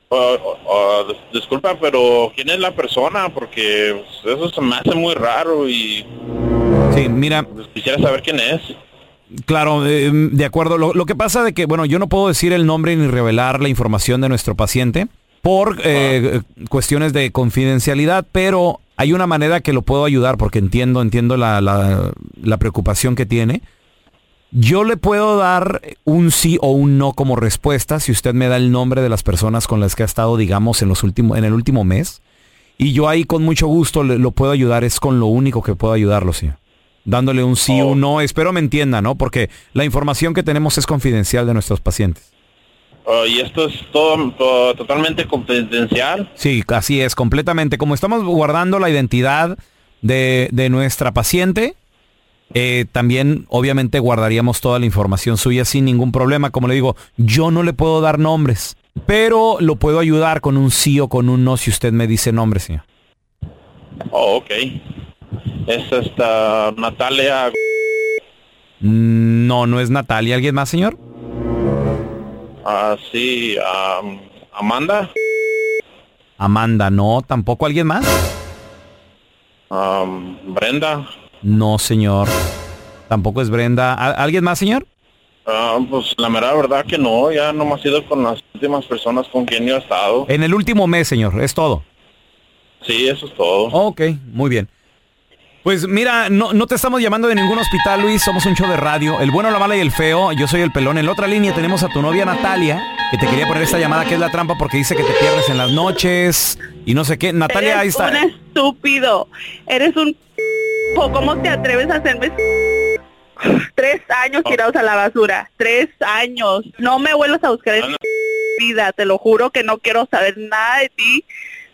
S16: O- o- o, dis- disculpa, pero ¿quién es la persona? Porque eso se me hace muy raro y... pues,
S1: Sí, mira.
S16: Quisiera saber quién es.
S1: Claro, eh, de acuerdo. Lo, lo que pasa de que, bueno, yo no puedo decir el nombre ni revelar la información de nuestro paciente por eh, cuestiones de confidencialidad, pero hay una manera que lo puedo ayudar porque entiendo, entiendo la, la- la preocupación que tiene. Yo le puedo dar un sí o un no como respuesta si usted me da el nombre de las personas con las que ha estado, digamos, en, los últimos, en el último mes. Y yo ahí con mucho gusto le- lo puedo ayudar, es con lo único que puedo ayudarlo, sí. Dándole un sí o un no, espero me entienda, ¿no? Porque la información que tenemos es confidencial de nuestros pacientes.
S16: Oh, y esto es todo, todo totalmente confidencial.
S1: Sí, así es, completamente. Como estamos guardando la identidad de, de nuestra paciente, eh, también obviamente guardaríamos toda la información suya sin ningún problema. Como le digo, yo no le puedo dar nombres, pero lo puedo ayudar con un sí o con un no si usted me dice nombres, señor.
S16: Oh, ok. Es esta Natalia.
S1: Mm, No, no es Natalia. ¿Alguien más, señor?
S16: Ah, sí, am, Amanda.
S1: Amanda, no. ¿Tampoco alguien más?
S16: am, Brenda.
S1: No, señor. Tampoco es Brenda. ¿Al- ¿Alguien más, señor?
S16: Ah, pues la mera verdad que no, ya no me ha sido con las últimas personas con quien yo he estado.
S1: En el último mes, señor. Es todo.
S16: Sí, eso es todo.
S1: Ok, muy bien. Pues mira, no, no te estamos llamando de ningún hospital, Luis. Somos un show de radio. El bueno, la mala y el feo. Yo soy el pelón. En la otra línea tenemos a tu novia Natalia, que te quería poner esta llamada que es la trampa porque dice que te pierdes en las noches y no sé qué. Natalia, ahí
S15: Eres
S1: está.
S15: un estúpido. Eres un... p***o. ¿Cómo te atreves a hacerme... s-? Tres años tirados a la basura. Tres años. No me vuelvas a buscar en mi vida. Te lo juro que no quiero saber nada de ti.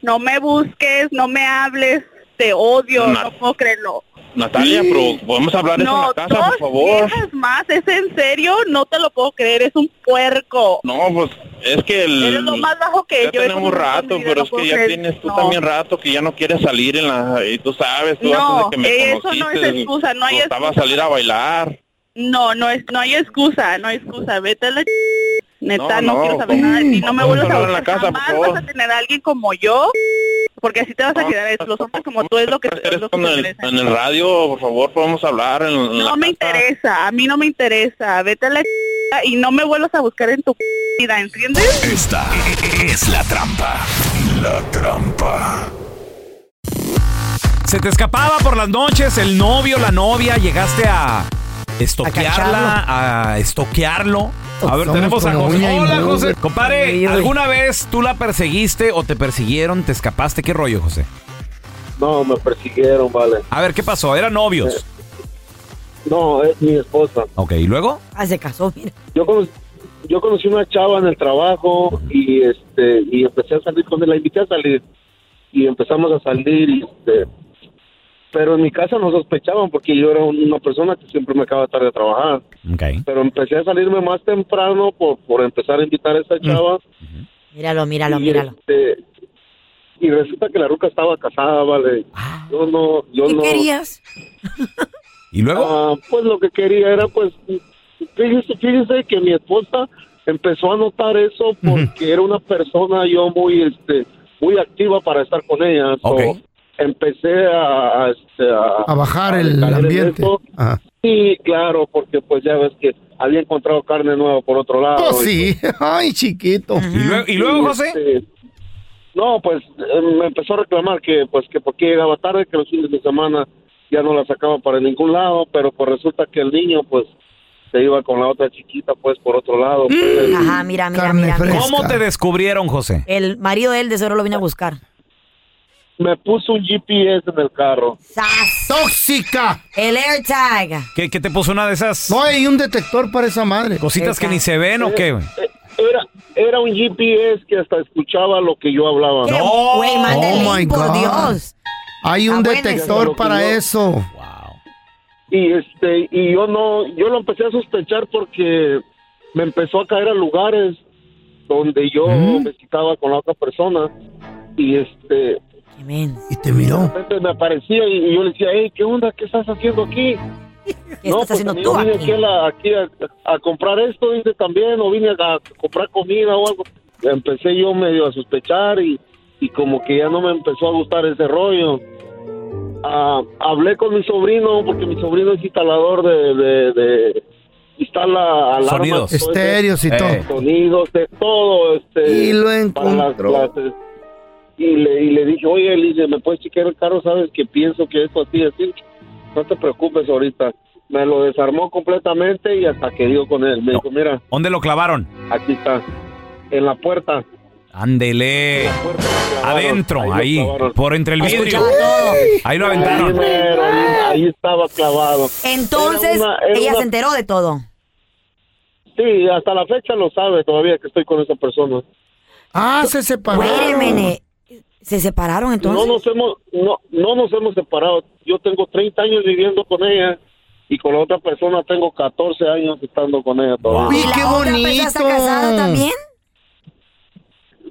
S15: No me busques, no me hables. Te odio,
S16: Na-
S15: no puedo creerlo.
S16: Natalia, pero podemos hablar de eso
S15: No,
S16: en la casa, por
S15: dos
S16: favor.
S15: viejas más. ¿Es en serio? No te lo puedo creer. Es un puerco.
S16: No, pues es que el,
S15: Eres lo más bajo que
S16: ya
S15: yo. Eso
S16: tenemos
S15: no
S16: rato,
S15: considero,
S16: pero
S15: no
S16: es
S15: puedo
S16: que ya
S15: creer.
S16: tienes tú
S15: No.
S16: también rato que ya no quieres salir en la y tú sabes, tú
S15: No,
S16: antes de que me
S15: eso no es
S16: conociste,
S15: excusa, no hay
S16: costaba
S15: excusa.
S16: salir a bailar.
S15: No, no es, no hay excusa, no hay excusa. Vete a la ch- neta, no,
S16: No, no,
S15: quiero saber nada de ti, no me
S16: Vamos
S15: vuelvas
S16: a
S15: a
S16: hablar en la
S15: buscar.
S16: casa, por
S15: Jamás
S16: favor.
S15: vas a tener a alguien como yo, porque así te vas a quedar. Es, los hombres como tú es lo que, es lo que
S16: En
S15: te
S16: el,
S15: interesa.
S16: en el radio, por favor, podemos hablar en, en la
S15: No me interesa, a mí no me interesa. Vete a la ch- y no me vuelvas a buscar en tu vida, ¿entiendes?
S14: Esta es la trampa. La trampa.
S1: Se te escapaba por las noches el novio, la novia. Llegaste a estoquearla, a estoquearlo. A ver,
S17: Somos
S1: tenemos a
S17: como uña
S1: José.
S17: y
S1: Hola,
S17: mugre.
S1: José. Compadre,
S17: Horrible.
S1: ¿alguna vez tú la perseguiste o te persiguieron, te escapaste? ¿Qué rollo, José?
S6: No, me persiguieron, vale.
S1: A ver, ¿qué pasó? ¿Eran novios?
S6: No, es mi esposa.
S1: Ok, ¿y luego?
S6: Ah, se casó, mira. Yo conocí, yo conocí una chava en el trabajo y este y empecé a salir con ella, la invité a salir y empezamos a salir y este pero en mi casa no sospechaban porque yo era una persona que siempre me acaba tarde a trabajar. Pero empecé a salirme más temprano por, por empezar a invitar a esa chava.
S3: Míralo, míralo,
S6: Y,
S3: míralo.
S6: este, y resulta que la ruca estaba casada, vale. Yo no, yo
S3: ¿Qué
S6: no.
S3: querías?
S1: Ah. ¿Y luego?
S6: pues lo que quería era, pues, fíjese, fíjese que mi esposa empezó a notar eso porque era una persona yo muy, este, muy activa para estar con ella. So, Empecé a, a, este, a-
S2: A bajar el
S6: decaer en
S2: ambiente.
S6: eso.
S2: Ajá.
S6: Sí, claro, porque pues ya ves que había encontrado carne nueva por otro lado.
S2: Pues
S6: Y,
S2: sí, ay, chiquito.
S6: y, este, no, pues eh, me empezó a reclamar que pues que porque llegaba tarde, que los fines de semana ya no la sacaba para ningún lado, pero pues resulta que el niño pues se iba con la otra chiquita pues por otro lado. pues.
S3: Ajá, mira, mira, mira. mira.
S1: ¿Cómo te descubrieron, José?
S3: El marido de él de seguro lo vino a buscar.
S6: Me puso un GPS en el carro.
S2: ¡Tóxica!
S3: El AirTag.
S1: ¿Qué, qué te puso una de esas
S2: No hay un detector para esa madre.
S1: cositas que ni se ven o qué? güey?
S6: Eh, Era era un GPS que hasta escuchaba lo que yo hablaba.
S2: Qué No, güey, mándale, oh my por God. Dios. Hay un
S6: Ah, bueno,
S2: detector
S6: eso.
S2: para eso.
S6: y este y yo no yo lo empecé a sospechar porque me empezó a caer a lugares donde yo me citaba con la otra persona y este
S2: y te miró
S6: de repente me aparecía y, y yo le decía hey qué onda qué estás haciendo aquí no pues
S3: haciendo
S6: amigo,
S3: tú
S6: vine
S3: aquí?"
S6: aquí, a, la- aquí a- a comprar esto dice también o vine a, a comprar comida o algo empecé yo medio a sospechar y y como que ya no me empezó a gustar ese rollo ah, hablé con mi sobrino, porque mi sobrino es instalador de... de, de instala alarmas.
S2: Sonidos.
S6: todo eso.
S2: Estéreos y todo.
S6: Sonidos, de todo. Este,
S2: Y lo
S6: para las
S2: encontró.
S6: clases. Y le, y le dije, oye, le dije, ¿me puedes chequear el carro? ¿Sabes que pienso que esto así, así? No te preocupes ahorita. Me lo desarmó completamente y hasta que dio con él. Me dijo, mira,
S1: ¿Dónde lo clavaron?
S6: aquí está, en la puerta.
S1: Ándele. Adentro, ahí, por entre el vidrio.
S6: Escuchaba todo.
S1: Ahí lo
S6: Ahí,
S1: aventaron.
S6: mero, ahí- ahí estaba clavado.
S3: Entonces,
S6: Era una- era
S3: ella
S6: una-
S3: se enteró de todo.
S6: Sí, hasta la fecha lo sabe todavía que estoy con esa persona.
S2: Ah, se separaron.
S3: Wait a minute. ¿Se separaron entonces?
S6: No nos hemos, no, no nos hemos separado. Yo tengo 30 años viviendo con ella y con la otra persona tengo 14 años estando con ella todavía.
S2: Uy, qué bonito.
S3: ¿Está casada también?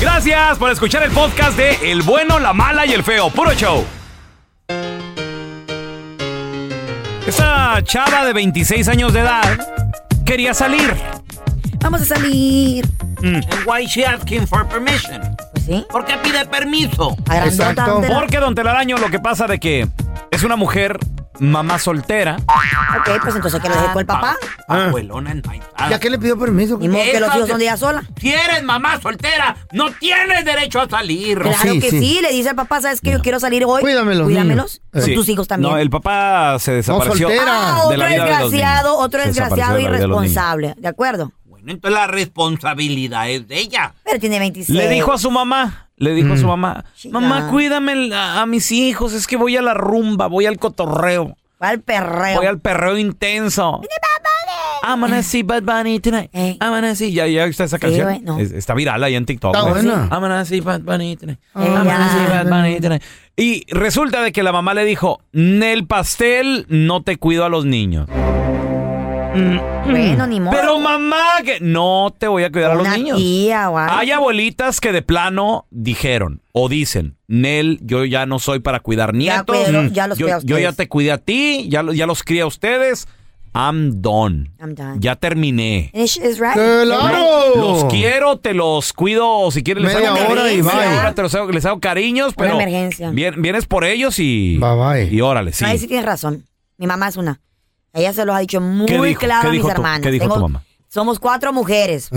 S1: Gracias por escuchar el podcast de El bueno, la mala y el feo. Puro show. Esa chava de 26 años de edad quería salir. Mm.
S3: Vamos a salir. Pues
S17: And why she asking for permission?
S3: sí.
S17: ¿Por qué pide permiso?
S1: Exacto. Porque Don Telaraño lo que pasa de que es una mujer mamá soltera. Ah,
S3: Ok, pues entonces que lo deje con el papá.
S17: Abuelona enmaizada.
S2: ¿Ya qué le pidió permiso?
S3: Ni modo que los
S17: Esa
S3: hijos
S17: que-
S3: son de ella sola.
S17: Si eres mamá soltera, no tienes derecho a salir.
S3: Claro que sí. le dice al papá, ¿sabes que Yo quiero salir hoy.
S1: Cuídamelos,
S3: Cuídamelos.
S1: niños.
S3: Son
S1: Sí.
S3: tus hijos también.
S1: No, el papá se desapareció.
S3: Ah,
S1: de
S3: otro
S1: la vida de los
S3: desgraciado,
S1: niños.
S3: otro
S1: Se
S3: desgraciado
S1: desapareció de la vida de los niños.
S3: irresponsable. ¿De acuerdo?
S17: Bueno, entonces la responsabilidad es de ella.
S3: Pero tiene 26.
S1: Le dijo a su mamá, le dijo a
S3: Mm.
S1: su mamá, mamá, cuídame el- a, a mis hijos, es que voy a la rumba, voy al cotorreo.
S3: Voy al perreo.
S1: Voy al perreo intenso. I'm gonna see Bad Bunny tonight. I'm gonna see. Ya, ya está esa canción.
S17: güey, no.
S1: Es- está viral ahí en TikTok.
S17: Está
S1: güey.
S17: buena.
S1: I'm gonna see Bad Bunny tonight.
S17: Ey,
S1: I'm gonna
S17: ya.
S1: see Bad Bunny tonight. Y resulta de que la mamá le dijo, Nel pastel, no te cuido a los niños.
S3: Bueno, ni modo.
S1: Pero mamá, que no te voy a cuidar a
S3: Una
S1: los niños.
S3: tía o algo.
S1: Hay abuelitas que de plano dijeron o dicen, Nel, yo ya no soy para cuidar nietos. Mm.
S3: cuido- ya los
S1: yo,
S3: cuido a
S1: yo ya
S3: ustedes".
S1: te cuidé a ti, ya, lo- ya los crié a ustedes. I'm done.
S3: I'm done.
S1: Ya terminé.
S3: And she is right.
S1: Los- Los quiero, te los cuido, o si quieres les
S2: Media
S1: hago
S2: hora y
S1: cariños,
S2: bye.
S1: ahora te los hago- les hago cariños,
S3: Una
S1: pero
S3: emergencia.
S1: vien- vienes por ellos y y órale, sí.
S3: Ahí sí tienes razón. Mi mamá es una. Ella se los ha dicho
S1: ¿Qué
S3: muy
S1: dijo?
S3: claro
S1: ¿Qué
S3: a mis
S1: dijo tu-
S3: hermanas.
S1: qué dijo tu mamá?
S3: Somos cuatro mujeres,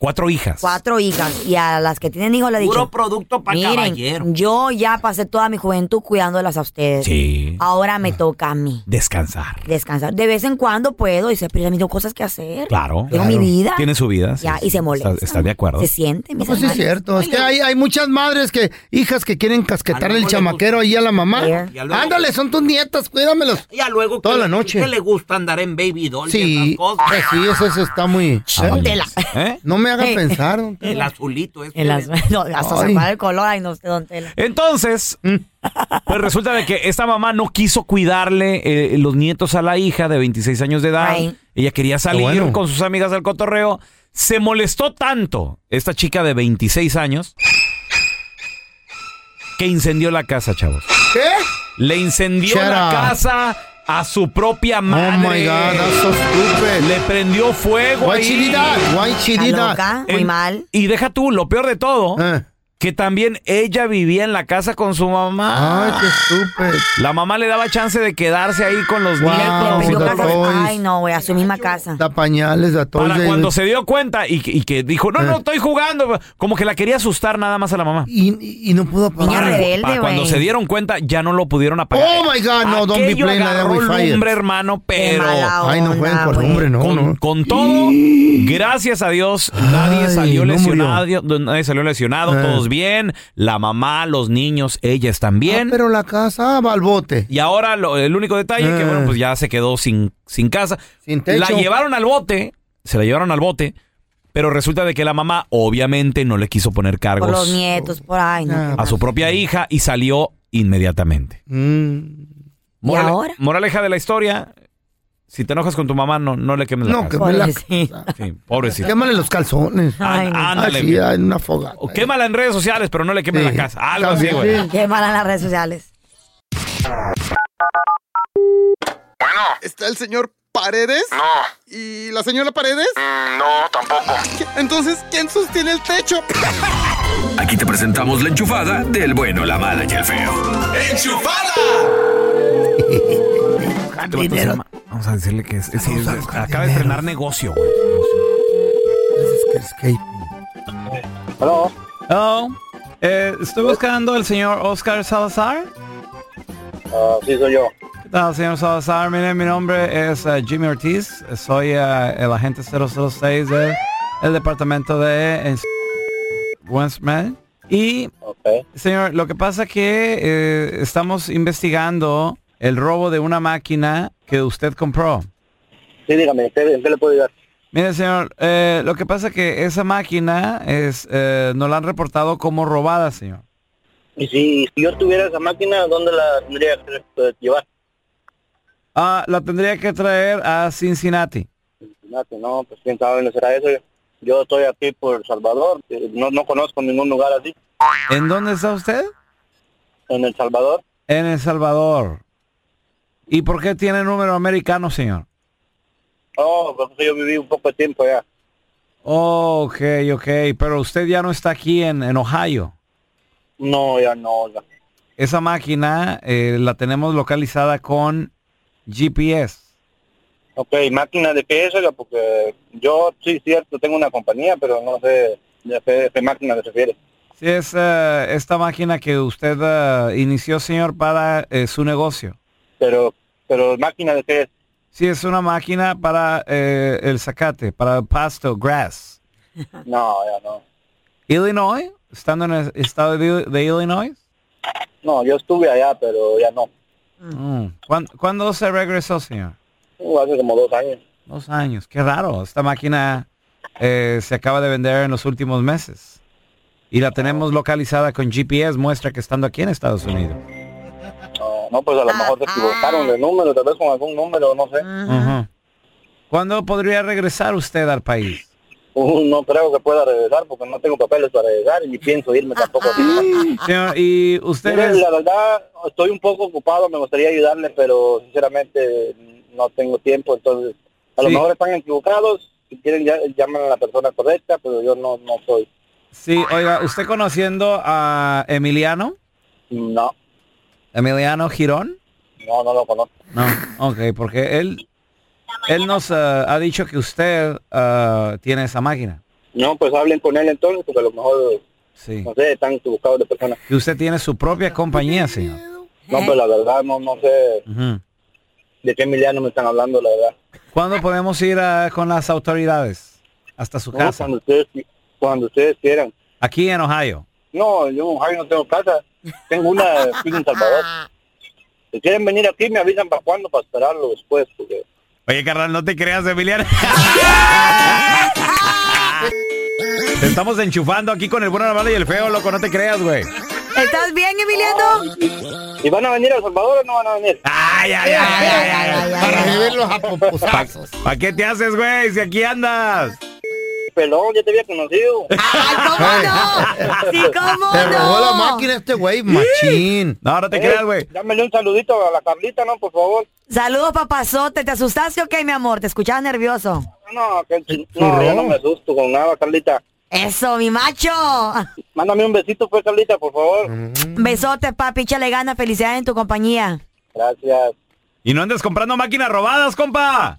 S1: Cuatro hijas.
S3: cuatro hijas. Y a las que tienen hijos le he dicho.
S17: Puro producto para
S3: Miren,
S17: caballero.
S3: yo ya pasé toda mi juventud cuidándolas a ustedes.
S1: Sí.
S3: Ahora me toca a mí
S1: Descansar.
S3: descansar. De vez en cuando puedo y se pero también tengo cosas que hacer.
S1: Claro.
S3: Tengo
S1: claro.
S3: mi vida.
S1: Tiene su vida. sí,
S3: Ya,
S1: sí.
S3: y se molesta.
S1: Está- está de acuerdo.
S3: Se siente, mis
S2: No, pues sí es
S3: hermanas.
S2: cierto. Es que hay, hay muchas madres que, hijas que quieren casquetarle el chamaquero ahí a la mamá.
S17: Y luego-
S2: Ándale, son tus nietas, cuídamelos.
S17: Ya luego
S2: Toda
S17: que-
S2: la noche.
S17: que le gusta andar en baby doll y
S2: Sí,
S17: esas cosas.
S2: pues sí, eso, eso está muy.
S1: ¿Eh?
S17: Chótela.
S2: No me me hagas pensar, don
S17: El azulito es.
S3: El az- no, hasta se
S1: Ay.
S3: apaga el color, ay, no sé, don Tela.
S1: Entonces,
S2: Mm.
S1: pues resulta de que esta mamá no quiso cuidarle eh, los nietos a la hija de 26 años de edad.
S3: Ay.
S1: Ella quería salir
S18: bueno.
S1: con sus amigas al cotorreo. Se molestó tanto esta chica de 26 años que incendió la casa, chavos.
S2: ¿Qué?
S1: Le incendió
S2: Shut
S1: la
S2: up.
S1: casa a su propia madre.
S2: Oh my God, that's so
S1: Le prendió fuego.
S2: Why
S1: ahí.
S2: she did that? Why she did Está
S3: loca, that? muy
S1: En-
S3: mal.
S1: Y deja tú, lo peor de todo,
S2: Ah.
S1: que también ella vivía en la casa con su mamá.
S2: Ay, qué estúpido.
S1: La mamá le daba chance de quedarse ahí con los nietos.
S3: Vendió
S1: y
S3: casas-
S1: todo.
S3: ay, no, güey, a su misma casa.
S2: Da pañales, da todo.
S1: Para cuando se dio cuenta y, que- y que dijo,
S2: Eh.
S1: no, no, estoy jugando. Como que la quería asustar nada más a la mamá.
S2: Y, y no pudo
S1: Para-
S2: apagar.
S1: para cuando se dieron cuenta, ya no lo pudieron apagar.
S2: Oh my God, no, don't be
S1: Aquello
S2: playing like that
S1: agarró
S2: with fire.
S1: lumbre, hermano, pero...
S2: Ay, no jueguen con hombre, no, no.
S1: Con todo, gracias a Dios, nadie
S2: Ay,
S1: salió
S2: no
S1: lesionado, nadie salió lesionado,
S2: Eh.
S1: todos bien, la mamá, los niños, ellas también.
S2: Ah, pero la casa ah, va al bote.
S1: Y ahora lo- el único detalle que
S2: Eh.
S1: bueno, pues ya se quedó sin, sin casa.
S2: techo.
S1: La llevaron al bote, se la llevaron al bote, pero resulta de que la mamá obviamente no le quiso poner
S3: Por los
S1: cargos
S3: nietos, por ay, no.
S1: a su propia hija y salió inmediatamente. Mm. Moral-
S3: ahora?
S1: Moraleja de la historia, si te enojas con tu mamá, no, no le quemes la
S2: No,
S1: casa.
S2: que me la
S1: Sí, pobrecito.
S2: Quémale los calzones.
S1: Ay, no. ándale.
S2: Así, ah, en una fogata.
S1: O quémala en redes sociales, pero no le quemes
S2: Sí,
S1: la casa. Algo así,
S2: también,
S1: güey.
S3: Qué mala en las redes sociales.
S19: Bueno. ¿Está el señor Paredes? No. ¿Y la señora Paredes? no, tampoco. Entonces, ¿quién sostiene el techo?
S14: Aquí te presentamos la enchufada del bueno, la mala y el feo.
S1: Este vato se llama- Vamos a decirle que es, es- es- acaba de estrenar negocio, güey.
S20: Hola.
S1: Eh, estoy buscando al señor Oscar Salazar.
S20: Ah, sí, soy yo.
S1: ¿Qué tal, señor Salazar? Mire, mi nombre es eh, Jimmy Ortiz. Soy eh, el agente 006 del el departamento de en- Westman. Y, señor, lo que pasa que eh, estamos investigando el robo de una máquina que usted compró.
S20: Sí, dígame, ¿en qué, en qué le puedo ayudar?
S1: Mire, señor, eh, lo que pasa que esa máquina es, eh, nos la han reportado como robada, señor.
S20: Y si, si yo tuviera esa máquina, ¿dónde la tendría que eh, llevar?
S1: Ah, la tendría que traer a Cincinnati.
S20: Imagínate, No, pues quién sabe, no será eso. Yo estoy aquí por El Salvador, eh, no, no conozco ningún lugar así.
S1: ¿En dónde está usted?
S20: En El Salvador,
S1: En El Salvador. ¿Y por qué tiene número americano, señor?
S20: oh, porque yo viví un poco de tiempo allá.
S1: Oh, ok, ok, pero usted ya no está aquí en, en Ohio.
S20: No, ya no, oiga.
S1: Esa máquina eh, la tenemos localizada con GPS.
S20: Ok, máquina de qué es, oiga? porque yo sí, cierto, tengo una compañía, pero no sé de qué, de qué máquina se refiere.
S1: Sí, es eh, esta máquina que usted eh, inició, señor, para eh, su negocio.
S20: Pero, pero máquina de qué es.
S1: Sí, es una máquina para eh, el zacate, para el pasto, grass.
S20: No, ya no.
S1: Illinois, estando en el estado de, de Illinois.
S20: No, yo estuve allá, pero ya no.
S1: Mm. ¿Cuán- ¿Cuándo se regresó, señor?
S20: Uh, Hace como dos años.
S1: Dos años, qué raro. Esta máquina eh, se acaba de vender en los últimos meses. Y la tenemos localizada con GPS, muestra que estando aquí en Estados Unidos.
S20: No, no, pues a lo mejor se equivocaron de número, tal vez con algún número, no sé.
S1: Ujú. ¿Cuándo podría regresar usted al país?
S20: Uh, no creo que pueda regresar porque no tengo papeles para regresar y ni pienso irme tampoco.
S1: Señor, y usted
S20: Mire,
S1: es-
S20: la verdad, estoy un poco ocupado, me gustaría ayudarle, pero sinceramente no tengo tiempo, entonces a lo
S1: Sí.
S20: mejor están equivocados, si quieren ya, llaman a la persona correcta, pero yo no, no soy.
S1: Sí, oiga, ¿usted conociendo a Emiliano?
S20: No.
S1: ¿Emiliano Girón?
S20: No, no lo conozco.
S1: No, ok, porque él, él nos ah, ha dicho que usted ah, tiene esa máquina,
S20: No, pues hablen con él entonces porque a lo mejor,
S1: sí.
S20: no sé, están equivocados de persona.
S1: Que usted tiene su propia compañía, señor.
S20: No, pues la verdad, no, no sé
S1: Ujú.
S20: de qué Emiliano me están hablando, la verdad.
S1: ¿Cuándo podemos ir ah, con las autoridades? Hasta su
S20: No,
S1: casa.
S20: cuando ustedes, cuando ustedes quieran.
S1: Aquí en Ohio.
S20: No, yo en Ohio no tengo casa. Tengo una aquí en Salvador. Si quieren venir aquí, me avisan para cuándo, para esperarlo después. Porque...
S1: Oye, carnal, no te creas, Emiliano. Te estamos enchufando aquí con el bueno, la mala y el feo, loco, no te creas, güey.
S3: ¿Estás bien, Emiliano?
S20: ¿Y van a venir a El Salvador o no van a venir?
S1: ¡Ay, ay, ay! ay, ay, ay,
S2: Para beber los apopozazos.
S1: ¿Para qué te haces, güey? Si aquí andas.
S20: Pelón, ya te había conocido.
S3: Sí, cómo
S2: Te robó
S20: no.
S2: la máquina este güey, machín.
S1: No, no
S20: Eh, Dámele un saludito a la Carlita, ¿no? Por favor.
S3: Saludos, papazote. ¿Te asustaste o qué, mi amor? Te escuchaba nervioso.
S20: No, que el chin- no, yo no me asusto con nada, Carlita.
S3: Eso, mi macho.
S20: Mándame un besito, pues, Carlita, por favor.
S3: Besotes, papi. Échale gana. Felicidades en tu compañía.
S20: Gracias.
S1: Y no andes comprando máquinas robadas, compa.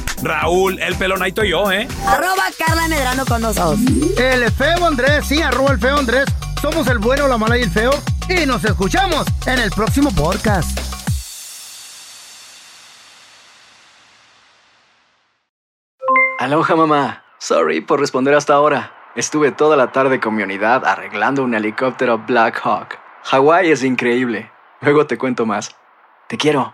S1: Raúl el Pelón, ahí estoy yo, ¿eh?
S3: Arroba Carla Medrano con nosotros.
S2: El feo Andrés, sí, arroba el feo Andrés. Somos el bueno, la mala y el feo. Y nos escuchamos en el próximo podcast.
S21: Aloha mamá. Sorry por responder hasta ahora. Estuve toda la tarde con mi unidad arreglando un helicóptero Black Hawk. Hawái es increíble. Luego te cuento más. Te quiero.